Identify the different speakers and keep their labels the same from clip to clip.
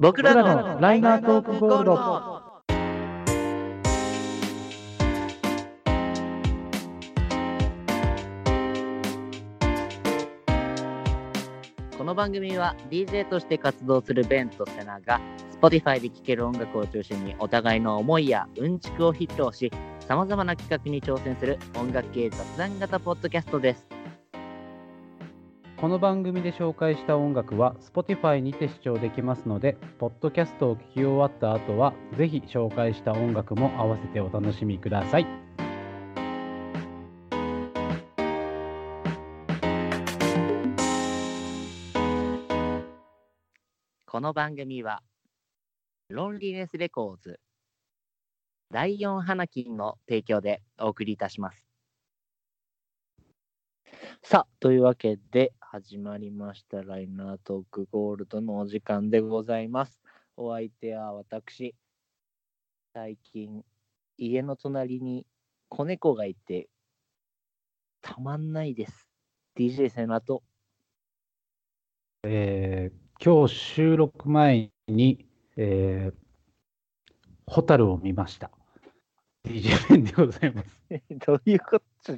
Speaker 1: 僕
Speaker 2: らのライナートークゴールド。
Speaker 1: この番組は DJ として活動するベンとセナが Spotify で聴ける音楽を中心にお互いの思いやうんちくを披露しさまざまな企画に挑戦する音楽系雑談型ポッドキャストです。
Speaker 3: この番組で紹介した音楽は Spotify にて視聴できますので、ポッドキャストを聞き終わった後は、ぜひ紹介した音楽も合わせてお楽しみください。
Speaker 1: この番組はロンリネスレコーズ第4花金の提供でお送りいたします。さあ、というわけで始まりましたライナートークゴールドのお時間でございます。お相手は私、最近家の隣に子猫がいてたまんないです。DJ セナと
Speaker 3: えー今日収録前に、えーホタルを見ました。DJ ベンでございます。
Speaker 1: どういうこと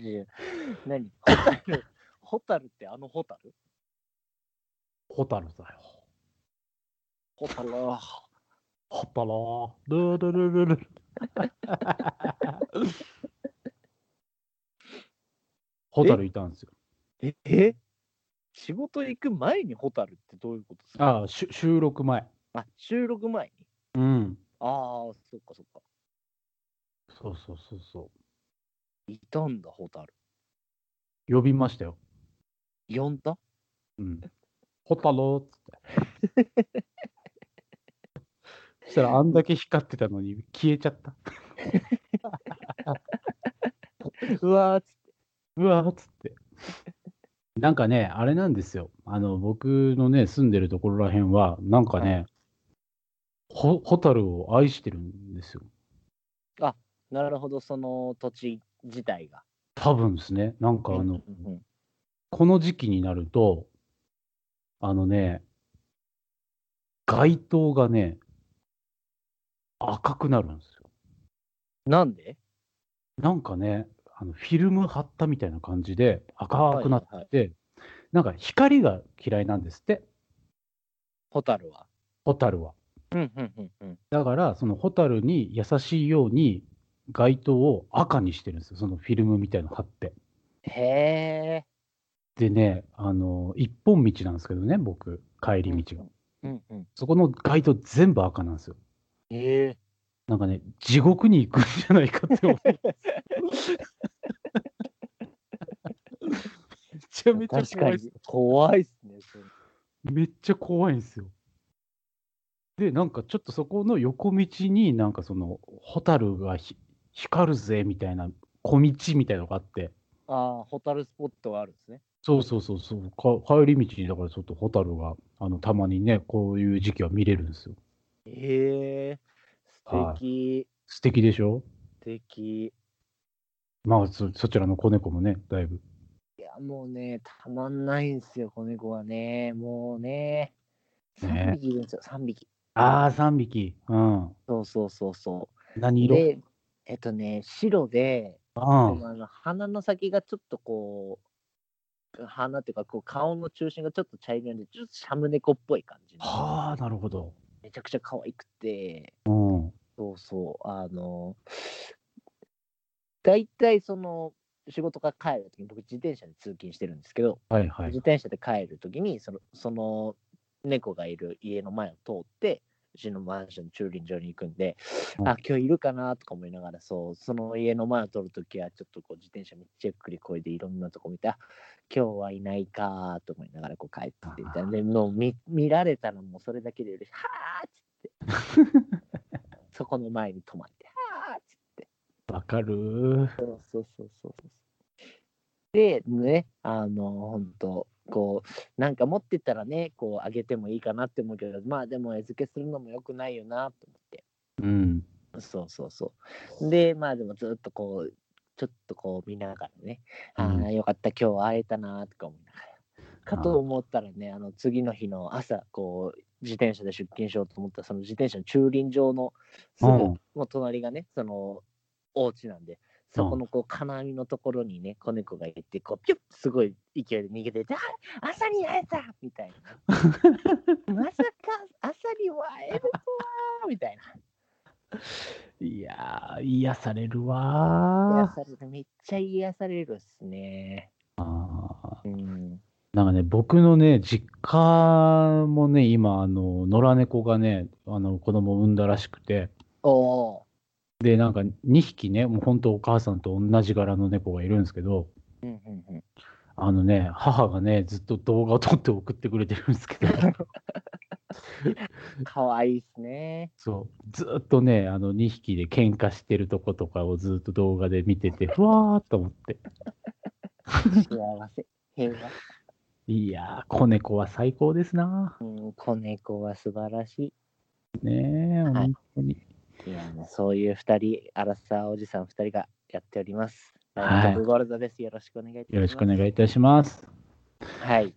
Speaker 1: 何ホタル、ホタルってあのホタル
Speaker 3: ホタルだよ。
Speaker 1: ホタル。
Speaker 3: ホタルー。ルルルル ル。ホタルいたんですよ。
Speaker 1: ええ仕事行く前にホタルってどういうことですか
Speaker 3: ああ、しゅ収録前。
Speaker 1: あ収録前に
Speaker 3: うん。
Speaker 1: ああ、そっかそっか。
Speaker 3: そうそうそうそ
Speaker 1: いたんだ、ホタル。
Speaker 3: う。呼びましたよ。
Speaker 1: 呼んだ
Speaker 3: うん。ホタローっつって。 そしたらあんだけ光ってたのに消えちゃった。
Speaker 1: うわーつ
Speaker 3: うわーっつって。なんかね、あれなんですよ。あの、僕のね、住んでるところらへんは、なんかね、ほホタルを愛してるんですよ。
Speaker 1: なるほど、その土地自体が。
Speaker 3: 多分ですね。なんかあの、
Speaker 1: うんうん
Speaker 3: この時期になると、あのね、街灯がね、赤くなるんですよ。
Speaker 1: なんで
Speaker 3: なんかね、あのフィルム貼ったみたいな感じで赤くなってて、
Speaker 1: はいはい
Speaker 3: なんか光が嫌いなんですって、
Speaker 1: ホタルは。
Speaker 3: ホタルは。
Speaker 1: うんうんうんうん。
Speaker 3: だから、そのホタルに優しいように街灯を赤にしてるんですよ、そのフィルムみたいなの貼って。
Speaker 1: へえ。
Speaker 3: でね、あの、一本道なんですけどね、僕、帰り道が。
Speaker 1: うんうん。
Speaker 3: そこの街灯全部赤なんですよ。
Speaker 1: へえ。
Speaker 3: なんかね、地獄に行くんじゃないか って思う。めちゃめちゃ
Speaker 1: 確か
Speaker 3: 怖いっす
Speaker 1: に怖いっすね。それ
Speaker 3: めっちゃ怖いんですよ。で、なんかちょっとそこの横道に、なんかその、ホタルがひ光るぜみたいな小道みたいなのがあって、
Speaker 1: ああ、ホタルスポットがあるんですね。
Speaker 3: そうそうそうそう、か帰り道に、だからちょっとホタルが、あの、たまにね、こういう時期は見れるんですよ。
Speaker 1: へえ。素敵。
Speaker 3: 素敵でしょ
Speaker 1: 素敵。
Speaker 3: まあそ、そちらの子猫もね、だいぶ。
Speaker 1: いや、もうね、たまんないんですよ、子猫はね。もうね、3
Speaker 3: ね
Speaker 1: 匹いるんですよ、3匹。
Speaker 3: ああ、3匹。うん。
Speaker 1: そうそうそうそ
Speaker 3: 何
Speaker 1: う。
Speaker 3: 色
Speaker 1: で、えっとね、白で、
Speaker 3: う
Speaker 1: で
Speaker 3: ん
Speaker 1: もあの鼻の先がちょっとこう、鼻っていうか、こう顔の中心がちょっと茶色いんで、ちょっとシャム猫っぽい感じの。
Speaker 3: はあ、なるほど。
Speaker 1: めちゃくちゃ可愛くて、
Speaker 3: うん。
Speaker 1: そうそう、あの、大体その、仕事から帰るときに、僕自転車で通勤してるんですけど、
Speaker 3: はいは
Speaker 1: 自
Speaker 3: い。
Speaker 1: 転車で帰るときにその、その猫がいる家の前を通って、うちのマンションの駐輪場に行くんで、
Speaker 3: うん
Speaker 1: あ、今日いるかなとか思いながら、そう、その家の前を通るときは、ちょっとこう自転車めっちゃゆっくりこいでいろんなとこ見て、あ、今日はいないかと思いながらこう帰っていったんで、もう見見られたらもうそれだけで嬉しい。はあっ つって、そこの前に止まって、はあっつって。
Speaker 3: わかるー。
Speaker 1: そうそうそうそうそう。でね、あの、本当こう、なんか持ってたらね、こう、あげてもいいかなって思うけど、まあでも、餌付けするのも良くないよなと思って。
Speaker 3: うん。
Speaker 1: そうそうそう。で、まあでもずっとこう、ちょっとこう見ながらね、
Speaker 3: うん
Speaker 1: ああ、よかった、今日は会えたなとか思いながら。かと思ったらね、あの次の日の朝、こう、自転車で出勤しようと思ったら、その自転車の駐輪場のす
Speaker 3: う
Speaker 1: ぐ、
Speaker 3: ん。
Speaker 1: もう隣がね、そのお家なんで、そこのこう金網のところにね、子猫がいて、こうピュッすごい勢いで逃げてて、あ朝に会えたみたい な。まさか朝には会えるとはみたいな。
Speaker 3: いやー、癒されるわ
Speaker 1: 癒されるめっちゃ癒されるっすね。
Speaker 3: ー。あー
Speaker 1: うん。
Speaker 3: なんかね、僕のね、実家もね、今、あの、野良猫がね、あの、子供産んだらしくて、
Speaker 1: おお
Speaker 3: で、なんか2匹ね、もう本当お母さんと同じ柄の猫がいるんですけど、
Speaker 1: ー。うんうんうん。
Speaker 3: あのね、母がね、ずっと動画を撮って送ってくれてるんです けど、
Speaker 1: かわいいっす ね。
Speaker 3: そう、ずーっとね、あの2匹で喧嘩してるとことかをずーっと動画で見てて、ふわーっと思って、
Speaker 1: 幸せ。平和。
Speaker 3: いやー、子猫は最高ですな
Speaker 1: うん、子猫は素晴らし
Speaker 3: ー。ねえ、
Speaker 1: はい
Speaker 3: 本当に。
Speaker 1: い。いや、もうそういう二人、アラサーおじさん二人がやっております。
Speaker 3: はい
Speaker 1: トップゴールドです。よろしくお願いいたします。
Speaker 3: よろしくお願いいたします。
Speaker 1: はい。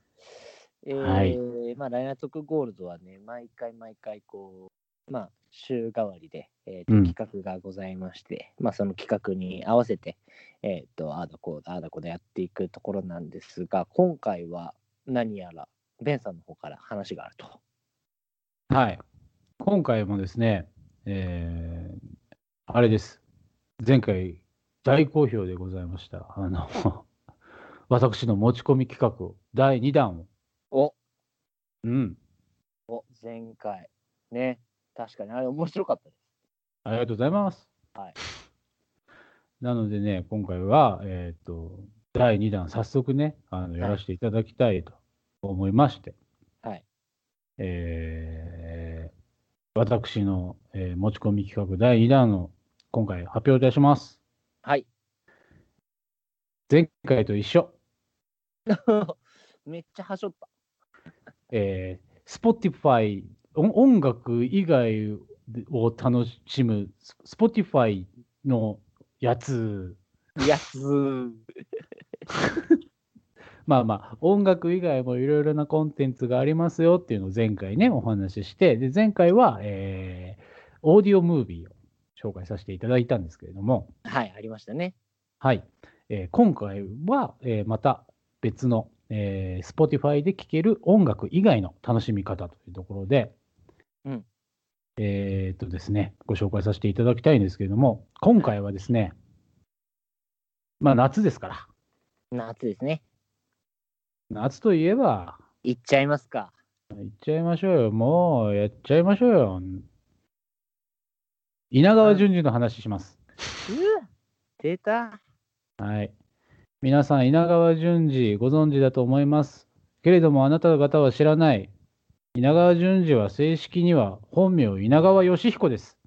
Speaker 1: えー
Speaker 3: はい
Speaker 1: まあ、ライナートクゴールドはね、毎回毎回、こう、まあ、週替わりで、えーと
Speaker 3: うん
Speaker 1: 企画がございまして、まあ、その企画に合わせて、えっ、と、ああだこうだ、ああだこうだやっていくところなんですが、今回は何やら、ベンさんの方から話があると。
Speaker 3: はい。今回もですね、えーあれです。前回、大好評でございました。あの、 私の持ち込み企画、第2弾を。
Speaker 1: お
Speaker 3: うん。
Speaker 1: お、前回。ね。確かに、あれ面白かったです。
Speaker 3: ありがとうございます。
Speaker 1: はい。
Speaker 3: なのでね、今回は、えっ、と、第2弾、早速ね、あの
Speaker 1: い
Speaker 3: やらせていただきたいと思いまして、
Speaker 1: はい。
Speaker 3: えー私の、えー持ち込み企画第2弾の今回発表いたします。
Speaker 1: はい。
Speaker 3: 前回と一緒、
Speaker 1: めっちゃはしょった。
Speaker 3: えー、Spotify、音音楽以外を楽しむ、ス Spotify のやつ、
Speaker 1: いやすー。
Speaker 3: まあまあ、音楽以外もいろいろなコンテンツがありますよっていうのを前回ね、お話しして、で、前回は、えーオーディオムービーを紹介させていただいたんですけれども、
Speaker 1: はい、ありましたね。
Speaker 3: はい。えー今回は、えーまた別の、えー Spotify で聴ける音楽以外の楽しみ方というところで、
Speaker 1: うん
Speaker 3: えーっとですね、ご紹介させていただきたいんですけれども、今回はですね、まあ夏ですから、
Speaker 1: 夏ですね。
Speaker 3: 夏といえば、
Speaker 1: 行っちゃいますか。
Speaker 3: 行っちゃいましょうよ。もう、やっちゃいましょうよ。稲川淳二の話します。
Speaker 1: うわ出た。
Speaker 3: はい。皆さん、稲川淳二、ご存知だと思います。けれども、あなた方は知らない。稲川淳二は正式には本名、稲川義彦です。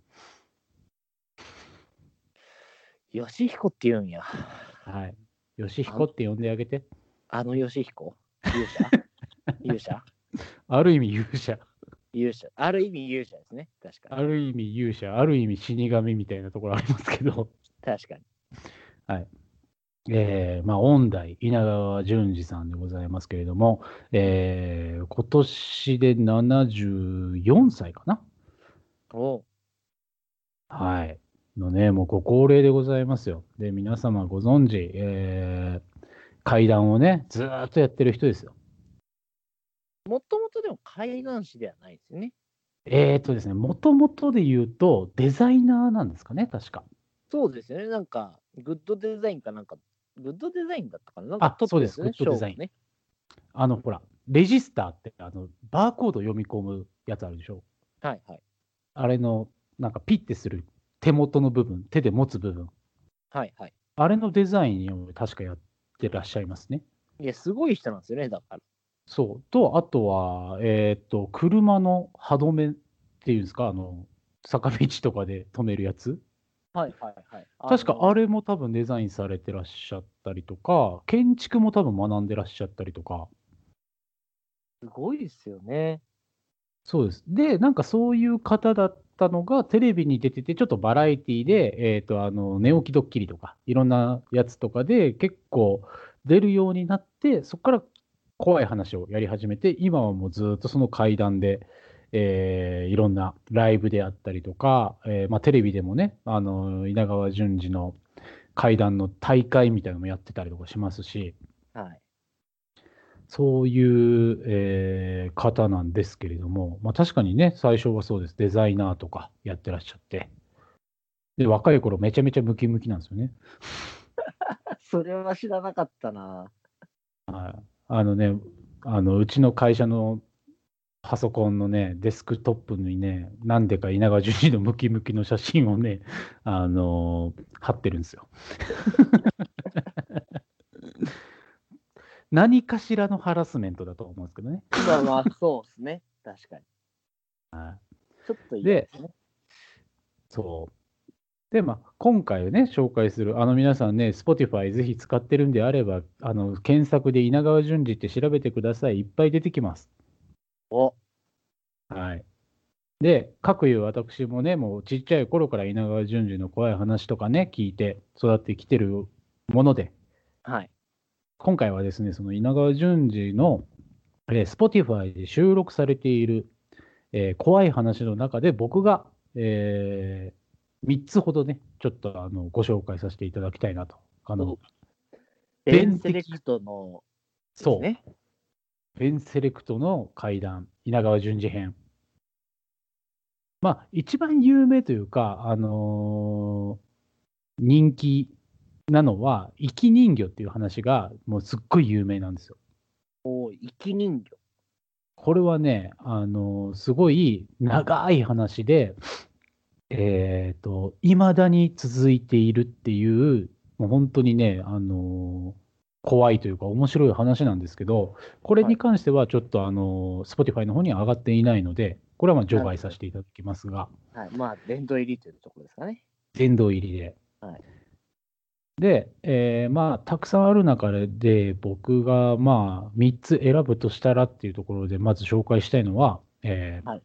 Speaker 1: ヨシヒコって言うんや。
Speaker 3: はい。義彦って呼んであげて。
Speaker 1: あのヨシヒコ勇 者勇者
Speaker 3: ある意味勇者。
Speaker 1: 勇者。ある意味勇者ですね。確か
Speaker 3: あ
Speaker 1: に。
Speaker 3: る意味勇者。ある意味死神みたいなところありますけど。
Speaker 1: 確かに。
Speaker 3: えーまあ、音大、稲川淳二さんでございますけれども、えー今年で74歳かな、
Speaker 1: おう
Speaker 3: はい、のね、もうご高齢でございますよ。で、皆様ご存知、えー、階段をね、ずーっとやってる人ですよ。
Speaker 1: もともとでも海岸市ではないですよね。
Speaker 3: えーとですね、もともとで言うと、デザイナーなんですかね、確か。
Speaker 1: そうですよね。なんか、グッドデザインかなんか、グッドデザインだったかななん
Speaker 3: あ
Speaker 1: か取って
Speaker 3: そうです
Speaker 1: よ
Speaker 3: グッドデザイン
Speaker 1: 賞をね。
Speaker 3: あの、ほら、レジスターって、あの、バーコード読み込むやつあるでしょ。
Speaker 1: はいはい。
Speaker 3: あれの、なんかピッてする手元の部分、手で持つ部分、
Speaker 1: はいはい。
Speaker 3: あれのデザインを確かやってらっしゃいますね。
Speaker 1: いや、すごい人なんですよね。だから。
Speaker 3: そう。と、あとは、えっ、と、車の歯止めっていうんですか、あの、坂道とかで止めるやつ。
Speaker 1: はいはいはい。
Speaker 3: 確か
Speaker 1: の
Speaker 3: あれも多分デザインされてらっしゃったりとか、建築も多分学んでらっしゃったりとか。
Speaker 1: すごいですよね。
Speaker 3: そうです。で、なんかそういう方だったのが、テレビに出てて、ちょっとバラエティで、えっ、と、あの、寝起きドッキリとか、いろんなやつとかで結構出るようになって、そこから怖い話をやり始めて、今はもうずっとその階段で、えーいろんなライブであったりとか、えーまあ、テレビでもね、あの稲川淳二の階段の大会みたいなのもやってたりとかしますし、
Speaker 1: はい。
Speaker 3: そういう、えー方なんですけれども、まあ、確かにね、最初はそうです、デザイナーとかやってらっしゃって、で若い頃めちゃめちゃムキムキなんですよね。
Speaker 1: それは知らなかったな。
Speaker 3: あのね、あのうちの会社のパソコンのね、デスクトップにね、なんでか稲川淳二のムキムキの写真をね、あのー貼ってるんですよ。何かしらのハラスメントだと思うんですけどね。
Speaker 1: まあまあ、そうですね。確かに。ちょっといいですね。
Speaker 3: そう。で、まあ、今回ね、紹介する、あの皆さんね、Spotify ぜひ使ってるんであれば、あの検索で稲川淳二って調べてください。いっぱい出てきます。
Speaker 1: お
Speaker 3: はい。で、かくいう私もね、もうちっちゃい頃から稲川淳二の怖い話とかね、聞いて育ってきてるもので、
Speaker 1: はい。
Speaker 3: 今回はですね、その稲川淳二の、えー Spotify で収録されている、えー怖い話の中で僕が、え3つほどね、ちょっとあのご紹介させていただきたいなと。あ
Speaker 1: お
Speaker 3: の、
Speaker 1: ベンセレクトの、
Speaker 3: そう、
Speaker 1: ね。
Speaker 3: ベンセレクトの階段、稲川淳二編。まあ、一番有名というか、あのー人気なのは、生き人魚っていう話が、もうすっごい有名なんですよ。
Speaker 1: お生き人魚。
Speaker 3: これはね、あのーすごい長い話で、えっ、と、いまだに続いているっていう、もう本当にね、あのー怖いというか面白い話なんですけど、これに関してはちょっとあのー、Spotify の方には上がっていないので、これはまあ除外させていただきますが、
Speaker 1: はい。まあ、殿堂入りというところですかね。
Speaker 3: 殿堂入りで。
Speaker 1: はい
Speaker 3: で、えーまあ、たくさんある中で、僕が、まあ、3つ選ぶとしたらっていうところで、まず紹介したいのは、えー
Speaker 1: はい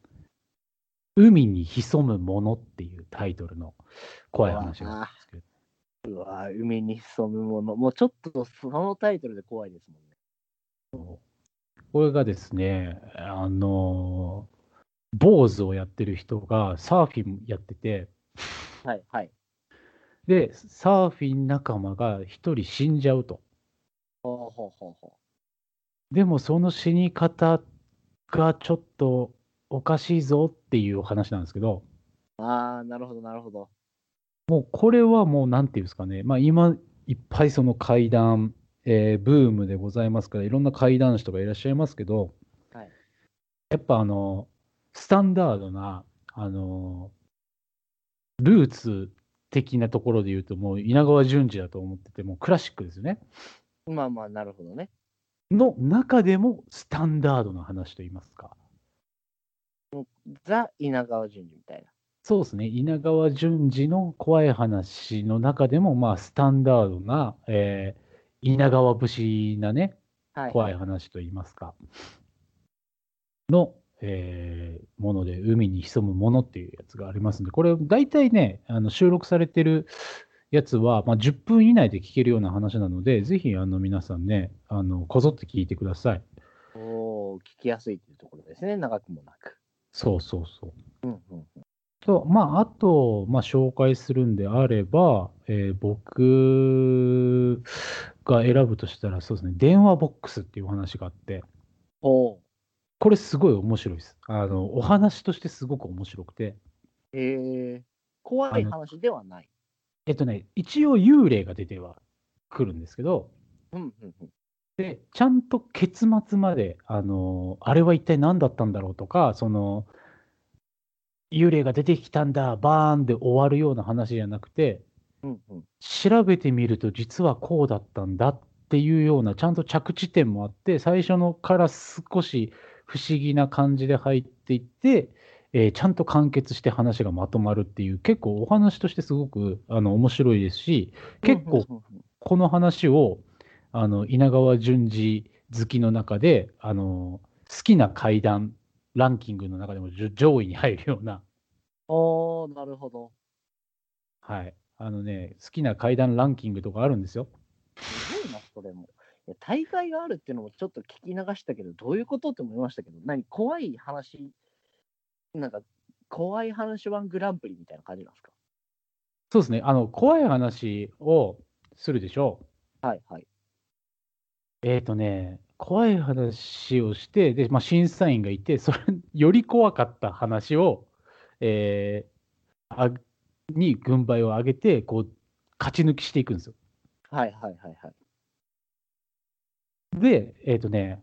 Speaker 3: 海に潜むものっていうタイトルの怖い話があったんですけど、
Speaker 1: うわー海に潜むもの。もうちょっとそのタイトルで怖いですもんね。
Speaker 3: これがですね、あのー、坊主をやってる人がサーフィンやってて、
Speaker 1: はいはい。
Speaker 3: で、サーフィン仲間が1人死んじゃうと。
Speaker 1: ほうほうほうほ
Speaker 3: でもその死に方がちょっとおかしいぞっていうお話なんですけど、
Speaker 1: う。ああ、なるほどなるほど。
Speaker 3: もうこれはもうなんていうんですかね、まあ今いっぱいその怪談、えーブームでございますから、いろんな怪談師とかいらっしゃいますけど、
Speaker 1: はい
Speaker 3: やっぱあの、スタンダードな、あの、ルーツ的なところで言うと、もう稲川淳二だと思ってて、もうクラシックですよね。
Speaker 1: まあまあ、なるほどね。
Speaker 3: の中でもスタンダードな話といいますか。
Speaker 1: ザ・稲川淳二みたいな。
Speaker 3: そうですね、稲川淳二の怖い話の中でも、まあ、スタンダードな、えー稲川節なね、
Speaker 1: はい。
Speaker 3: 怖い話といいますか、の、えーもので、海に潜むものっていうやつがありますんで、これ、大体ね、あの収録されてるやつは、まあ、10分以内で聞けるような話なので、ぜひあの皆さんねあの、こぞって聞いてください。
Speaker 1: おお、聞きやすいというところですね。長くもなく。
Speaker 3: そうそうそう。
Speaker 1: うんうん。
Speaker 3: と、まあ、あと、まあ、紹介するんであれば、えー僕が選ぶとしたら、そうですね、電話ボックスっていうお話があって、
Speaker 1: おお。
Speaker 3: これすごい面白いです。あの、お話としてすごく面白くて、
Speaker 1: へえ。怖い話ではない。
Speaker 3: えっとね、一応幽霊が出てはくるんですけど、
Speaker 1: うんうんうん。
Speaker 3: で、ちゃんと結末まで、あの、あれは一体何だったんだろうとか、その、幽霊が出てきたんだ、バーンで終わるような話じゃなくて、
Speaker 1: うんうん。
Speaker 3: 調べてみると実はこうだったんだっていうようなちゃんと着地点もあって最初のから少し不思議な感じで入っていって、えーちゃんと完結して話がまとまるっていう結構お話としてすごくあの面白いですし結構
Speaker 1: うんうんうんうん。
Speaker 3: この話をあの稲川淳二好きの中であの好きな怪談ランキングの中でも上上位に入るような
Speaker 1: おお、なるほど。
Speaker 3: はいあのね好きな怪談ランキングとかあるんですよ。
Speaker 1: すごいな、それも。いや大会があるっていうのもちょっと聞き流したけど、どういうことって思いましたけど、何怖い話なんか怖い話ワングランプリみたいな感じなんですか
Speaker 3: そうですね、あの、怖い話をするでしょ
Speaker 1: はいはい。
Speaker 3: えっ、とね、怖い話をして、で、まあ、審査員がいて、それ、より怖かった話を、えーあ、に軍配を上げて、こう、勝ち抜きしていくんですよ。
Speaker 1: はいはいはいはい。
Speaker 3: で、えっ、とね、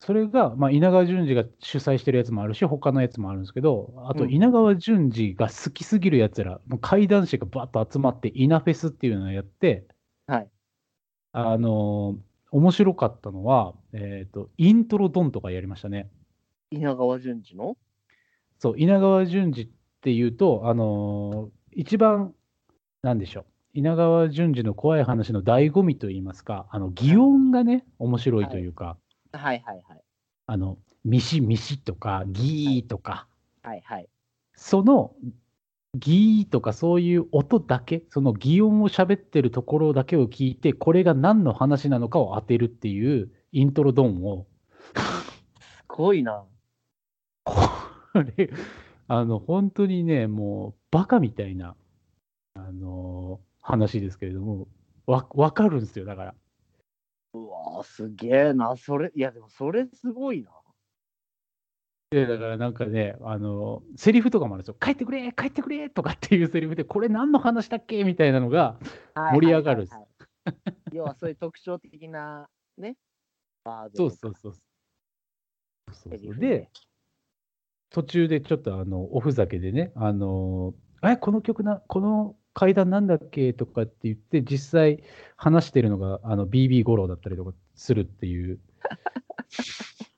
Speaker 3: それが、まあ、稲川淳二が主催してるやつもあるし、他のやつもあるんですけど、あと
Speaker 1: うん
Speaker 3: 稲川淳二が好きすぎるやつら、もう怪談師がバッと集まって、稲フェスっていうのをやって、
Speaker 1: はい
Speaker 3: あのー面白かったのは、えっ、と、イントロドンとかやりましたね。
Speaker 1: 稲川淳二の
Speaker 3: そう、稲川淳二っていうと、あのー一番、なんでしょう、稲川淳二の怖い話の醍醐味といいますか、あの、擬音がね、面白いというか、
Speaker 1: はいはいはい。
Speaker 3: あの、ミシミシとか、ギーとか、
Speaker 1: はいはい。
Speaker 3: そのギーとかそういう音だけ、その擬音を喋ってるところだけを聞いて、これが何の話なのかを当てるっていうイントロドンを、
Speaker 1: すごいな。
Speaker 3: これ、あの、本当にね、もう、バカみたいな、あの話ですけれども、わ、わかるんですよ、だから。
Speaker 1: うわーすげえな。それ、いやでもそれすごいな。
Speaker 3: で、だからなんかね、あの、セリフとかもあるんですよ。帰ってくれ帰ってくれとかっていうセリフで、これ何の話だっけみたいなのが、
Speaker 1: はい
Speaker 3: 盛り上がるっす
Speaker 1: はいはいはい要はそういう特徴的なね、ワード
Speaker 3: そう
Speaker 1: とか
Speaker 3: そうそう。そ
Speaker 1: セ
Speaker 3: う
Speaker 1: リ
Speaker 3: そう
Speaker 1: フ
Speaker 3: で
Speaker 1: ね、
Speaker 3: 途中でちょっとあの、おふざけでね、あの、え、この曲な、この階段なんだっけとかって言って、実際話してるのが、あの、BB 五郎だったりとかするっていう。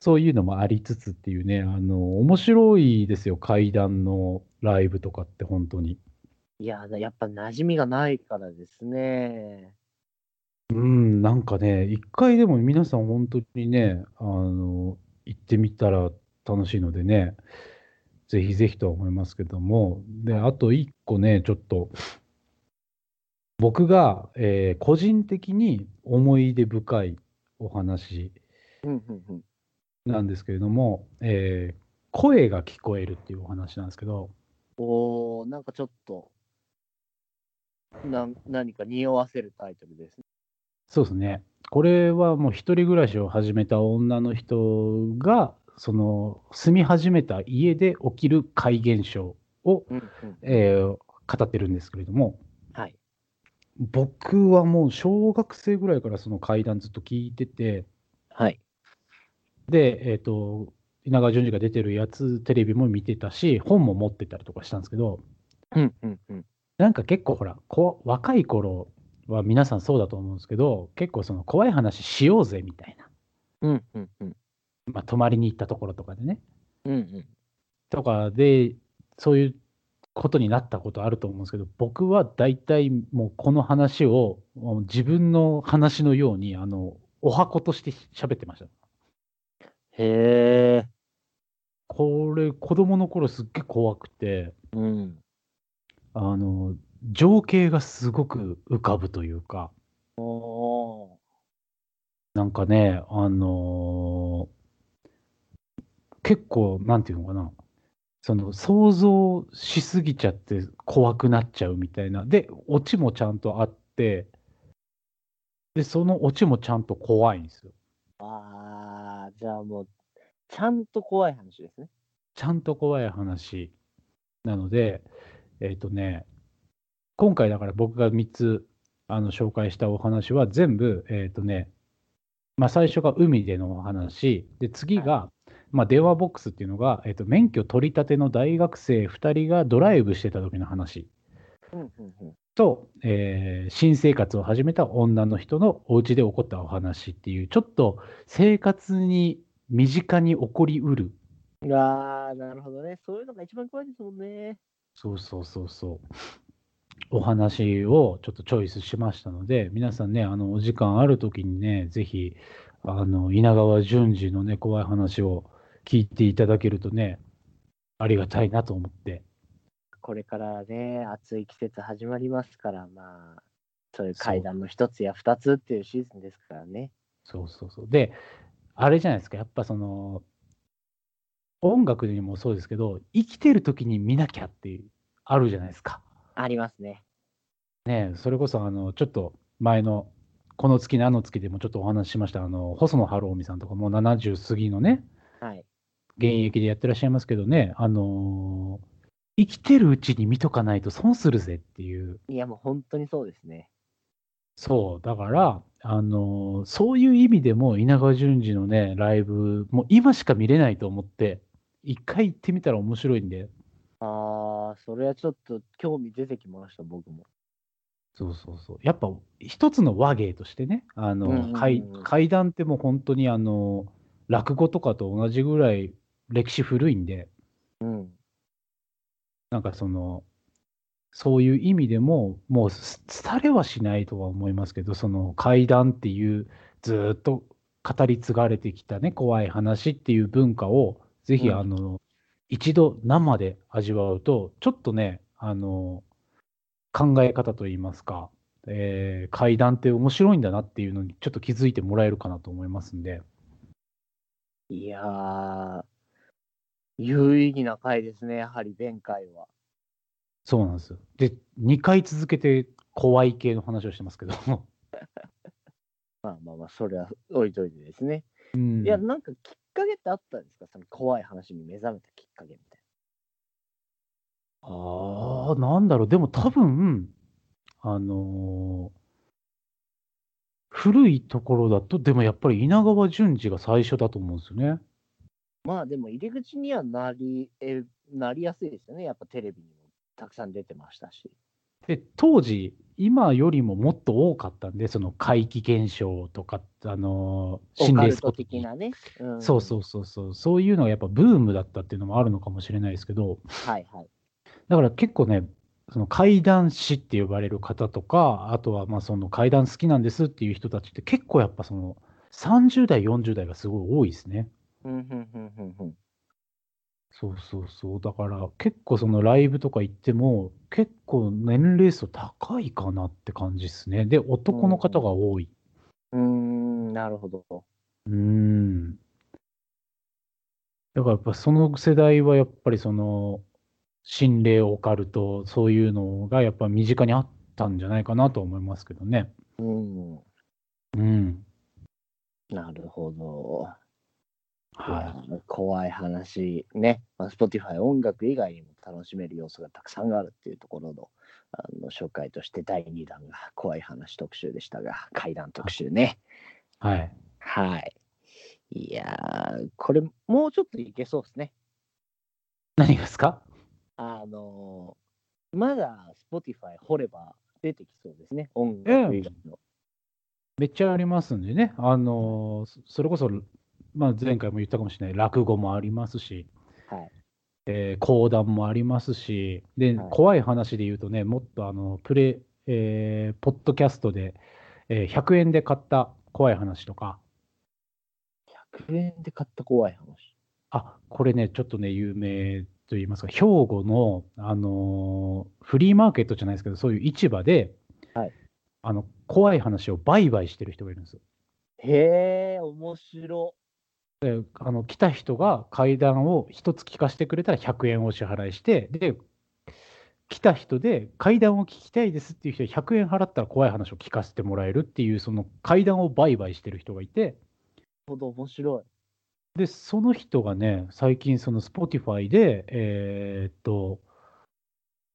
Speaker 3: そういうのもありつつっていうね、あの、面白いですよ、階段のライブとかって本当に。
Speaker 1: いや、やっぱ馴染みがないからですね。
Speaker 3: うん、なんかね、一回でも皆さん本当にね、あの、行ってみたら楽しいのでね、ぜひぜひとは思いますけども、で、あと一個ね、ちょっと、僕が、えー個人的に思い出深いお話
Speaker 1: うんうんうん。
Speaker 3: なんですけれども、えー声が聞こえるっていうお話なんですけど、
Speaker 1: おー、なんかちょっと、なん何か匂わせるタイトルですね。
Speaker 3: そうですね。これはもう一人暮らしを始めた女の人が、その住み始めた家で起きる怪現象を、
Speaker 1: うんうん、
Speaker 3: えー語ってるんですけれども、
Speaker 1: はい。
Speaker 3: 僕はもう小学生ぐらいからその怪談ずっと聞いてて、
Speaker 1: はい。
Speaker 3: で、えっ、と、稲川淳二が出てるやつ、テレビも見てたし、本も持ってたりとかしたんですけど、
Speaker 1: うんうんうん。
Speaker 3: なんか結構ほら、こ若い頃は皆さんそうだと思うんですけど、結構その怖い話しようぜみたいな。
Speaker 1: うんうんうん。
Speaker 3: まあ、泊まりに行ったところとかでね、
Speaker 1: うんうん。
Speaker 3: とかで、そういうことになったことあると思うんですけど、僕は大体もうこの話をもう自分の話のように、あの、お箱として喋ってました。
Speaker 1: へえ。
Speaker 3: これ、子供の頃すっげえ怖くて、
Speaker 1: うん。
Speaker 3: あの、情景がすごく浮かぶというか、
Speaker 1: おー。
Speaker 3: なんかね、あのー結構、なんていうのかな、その想像しすぎちゃって怖くなっちゃうみたいな、で、オチもちゃんとあって、で、そのオチもちゃんと怖いんですよ。
Speaker 1: あー、じゃあもう、ちゃんと怖い話ですね。
Speaker 3: ちゃんと怖い話なので、えっ、とね、今回だから僕が3つあの紹介したお話は全部、えっ、とね、まあ、最初が海でのお話、で次が、まあ、電話ボックスっていうのが、えっと免許取り立ての大学生2人がドライブしてた時の話
Speaker 1: うんうんうん。
Speaker 3: と、えー新生活を始めた女の人のお家で起こったお話っていう、ちょっと生活に身近に起こりうる
Speaker 1: ああ、なるほどね。そういうのが一番怖いですもんね。
Speaker 3: そうそうそうそう。お話をちょっとチョイスしましたので、皆さんね、あの、お時間あるときにね、ぜひ、あの、稲川淳二のね、怖い話を聞いていただけるとね、ありがたいなと思って。
Speaker 1: これからね、暑い季節始まりますから、まあ、そういう階段の一つや二つっていうシーズンですからね。
Speaker 3: そうそうそう。で、あれじゃないですか、やっぱその、音楽にもそうですけど、生きてる時に見なきゃっていう、あるじゃないですか。
Speaker 1: ありますね。
Speaker 3: ねえそれこそ、あの、ちょっと前の、この月のあの月でもちょっとお話ししました、あの、細野晴臣さんとかもう70過ぎのね、
Speaker 1: はい。
Speaker 3: 現役でやってらっしゃいますけどね、あのー生きてるうちに見とかないと損するぜっていう、
Speaker 1: いや、もう本当にそうですね。
Speaker 3: そう、だから、あのーそういう意味でも稲川淳二のね、ライブ、もう今しか見れないと思って、一回行ってみたら面白いんで、
Speaker 1: ああ、それはちょっと興味出てきました、僕も。
Speaker 3: そうそうそう、やっぱ一つの和芸としてね、あの、
Speaker 1: うんうんうん
Speaker 3: 怪怪談ってもう本当にあの落語とかと同じぐらい歴史古いんで、
Speaker 1: うん。
Speaker 3: なんかその、そういう意味でも、もうす廃れはしないとは思いますけど、その怪談っていう、ずーっと語り継がれてきたね、怖い話っていう文化を、ぜひ、
Speaker 1: うん
Speaker 3: あの、一度生で味わうと、ちょっとね、あの、考え方といいますか、えー怪談って面白いんだなっていうのに、ちょっと気づいてもらえるかなと思いますんで、
Speaker 1: いやー、有意義な回ですね、やはり前回は。
Speaker 3: そうなんですよ。で、2回続けて怖い系の話をしてますけど。
Speaker 1: まあまあまあ、それは置いといてですね。
Speaker 3: うん
Speaker 1: いや、なんかきっかけってあったんですかその怖い話に目覚めたきっかけみたい
Speaker 3: ああ、なんだろう、でも多分、あのー古いところだと、でもやっぱり稲川淳二が最初だと思うんですよね。
Speaker 1: な。まあでも入り口にはなりえなりやすいですよね。やっぱテレビにもたくさん出てましたし。
Speaker 3: で、当時、今よりももっと多かったんで、その怪奇現象とか、あの
Speaker 1: オ
Speaker 3: ー心
Speaker 1: カ
Speaker 3: 霊
Speaker 1: ル
Speaker 3: スポ
Speaker 1: ト
Speaker 3: ット
Speaker 1: 的なね。うん、
Speaker 3: そうそうそうそう、そういうのがやっぱブームだったっていうのもあるのかもしれないですけど、
Speaker 1: はいはい。
Speaker 3: だから結構ね、その怪談師って呼ばれる方とか、あとはまあその怪談好きなんですっていう人たちって結構やっぱその30代、40代がすごい多いですね。
Speaker 1: うんうんうんうんうん。
Speaker 3: そうそうそう。だから結構そのライブとか行っても結構年齢層高いかなって感じですね。で、男の方が多い。
Speaker 1: うーん、なるほど。
Speaker 3: うーん。だからやっぱその世代はやっぱりその心霊オカルトそういうのがやっぱ身近にあったんじゃないかなと思いますけどね。
Speaker 1: うん、
Speaker 3: うん。
Speaker 1: なるほど。
Speaker 3: はい
Speaker 1: や怖い話ね、まあ、Spotify 音楽以外にも楽しめる要素がたくさんあるっていうところのあの紹介として第2弾が怖い話特集でしたが怪談特集ね
Speaker 3: い。はい。
Speaker 1: はいいやーこれもうちょっといけそうですね
Speaker 3: 何がですか
Speaker 1: あのーまだ Spotify 掘れば出てきそうですね音楽以外の、
Speaker 3: めっちゃありますんでね。あのーそそれこそ、まあ、前回も言ったかもしれない落語もありますし、
Speaker 1: はい
Speaker 3: えー講談もありますし、で、
Speaker 1: はい
Speaker 3: 怖い話で言うとね、もっとあの、プレ、えーポッドキャストで、えー100円で買った怖い話とか、
Speaker 1: 100円で買った怖い話
Speaker 3: あ、これね、ちょっとね、有名と言いますか、兵庫の、あのーフリーマーケットじゃないですけど、そういう市場で、
Speaker 1: はい
Speaker 3: あの、怖い話を売買してる人がいるんですよ。
Speaker 1: へえ面白
Speaker 3: であの来た人が階段を一つ聞かせてくれたら100円をお支払いして、で、来た人で階段を聞きたいですっていう人は100円払ったら怖い話を聞かせてもらえるっていう、その階段を売買してる人がいて、
Speaker 1: ほど面白い
Speaker 3: で、その人がね、最近、その Spotify で、えーっと、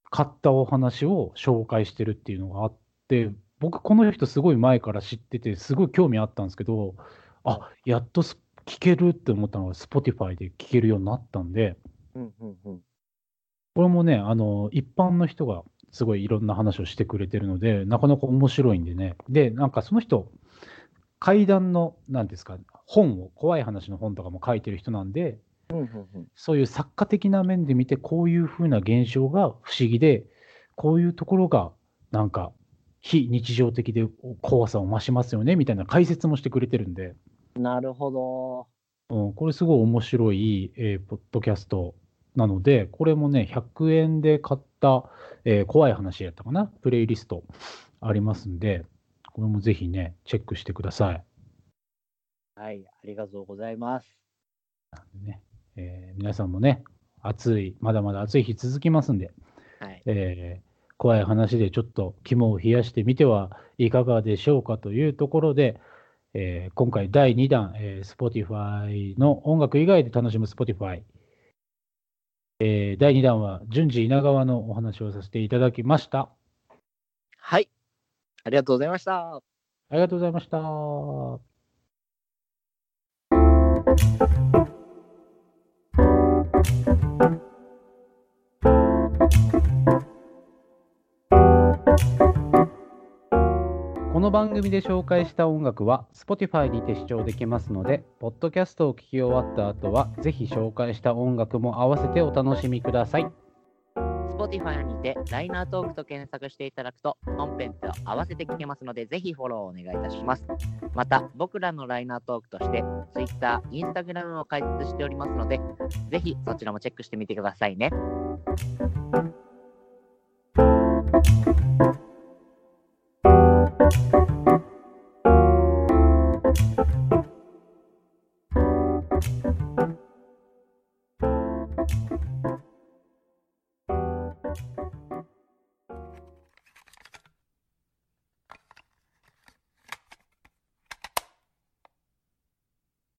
Speaker 3: 買ったお話を紹介してるっていうのがあって、僕、この人、すごい前から知ってて、すごい興味あったんですけど、あやっとす聞けるって思ったのが、Spotify で聞けるようになったんで、
Speaker 1: うんうんうん
Speaker 3: これもね、あの、一般の人がすごいいろんな話をしてくれてるので、なかなか面白いんでね。で、なんかその人、怪談の、なんですか、本を、怖い話の本とかも書いてる人なんで、
Speaker 1: うんうんうん
Speaker 3: そういう作家的な面で見て、こういうふうな現象が不思議で、こういうところがなんか非日常的で怖さを増しますよねみたいな解説もしてくれてるんで、
Speaker 1: なるほど。
Speaker 3: うん、これすごい面白い、えーポッドキャストなので、これもね、100円で買った、えー怖い話やったかな、プレイリストありますんで、これもぜひね、チェックしてください。
Speaker 1: はい、ありがとうございます。
Speaker 3: ねえー皆さんもね、暑い、まだまだ暑い日続きますんで、
Speaker 1: はい。
Speaker 3: えー怖い話でちょっと肝を冷やしてみてはいかがでしょうかというところで、えー今回第2弾、えー Spotify の音楽以外で楽しむ Spotify、えー第2弾は順次稲川のお話をさせていただきました。
Speaker 1: はい。ありがとうございました。
Speaker 3: ありがとうございました。この番組で紹介した音楽は Spotify にて視聴できますので、ポッドキャストを聞き終わった後は、ぜひ紹介した音楽も合わせてお楽しみください。
Speaker 1: Spotify にてライナートークと検索していただくと本編と合わせて聞けますのでぜひフォローお願いいたします。また僕らのライナートークとして Twitter、Instagram を開設しておりますのでぜひそちらもチェックしてみてくださいね。